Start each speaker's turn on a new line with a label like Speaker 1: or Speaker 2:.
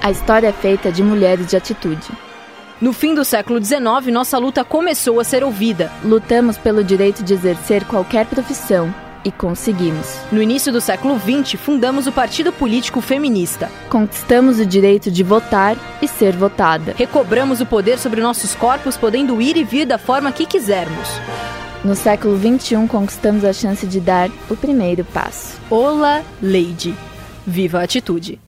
Speaker 1: A história é feita de mulheres de atitude.
Speaker 2: No fim do século XIX, nossa luta começou a ser ouvida.
Speaker 1: Lutamos pelo direito de exercer qualquer profissão e conseguimos.
Speaker 2: No início do século XX, fundamos o Partido Político Feminista.
Speaker 1: Conquistamos o direito de votar e ser votada.
Speaker 2: Recobramos o poder sobre nossos corpos, podendo ir e vir da forma que quisermos.
Speaker 1: No século um, XXI, conquistamos a chance de dar o primeiro passo.
Speaker 2: Olá, Lady! Viva a atitude!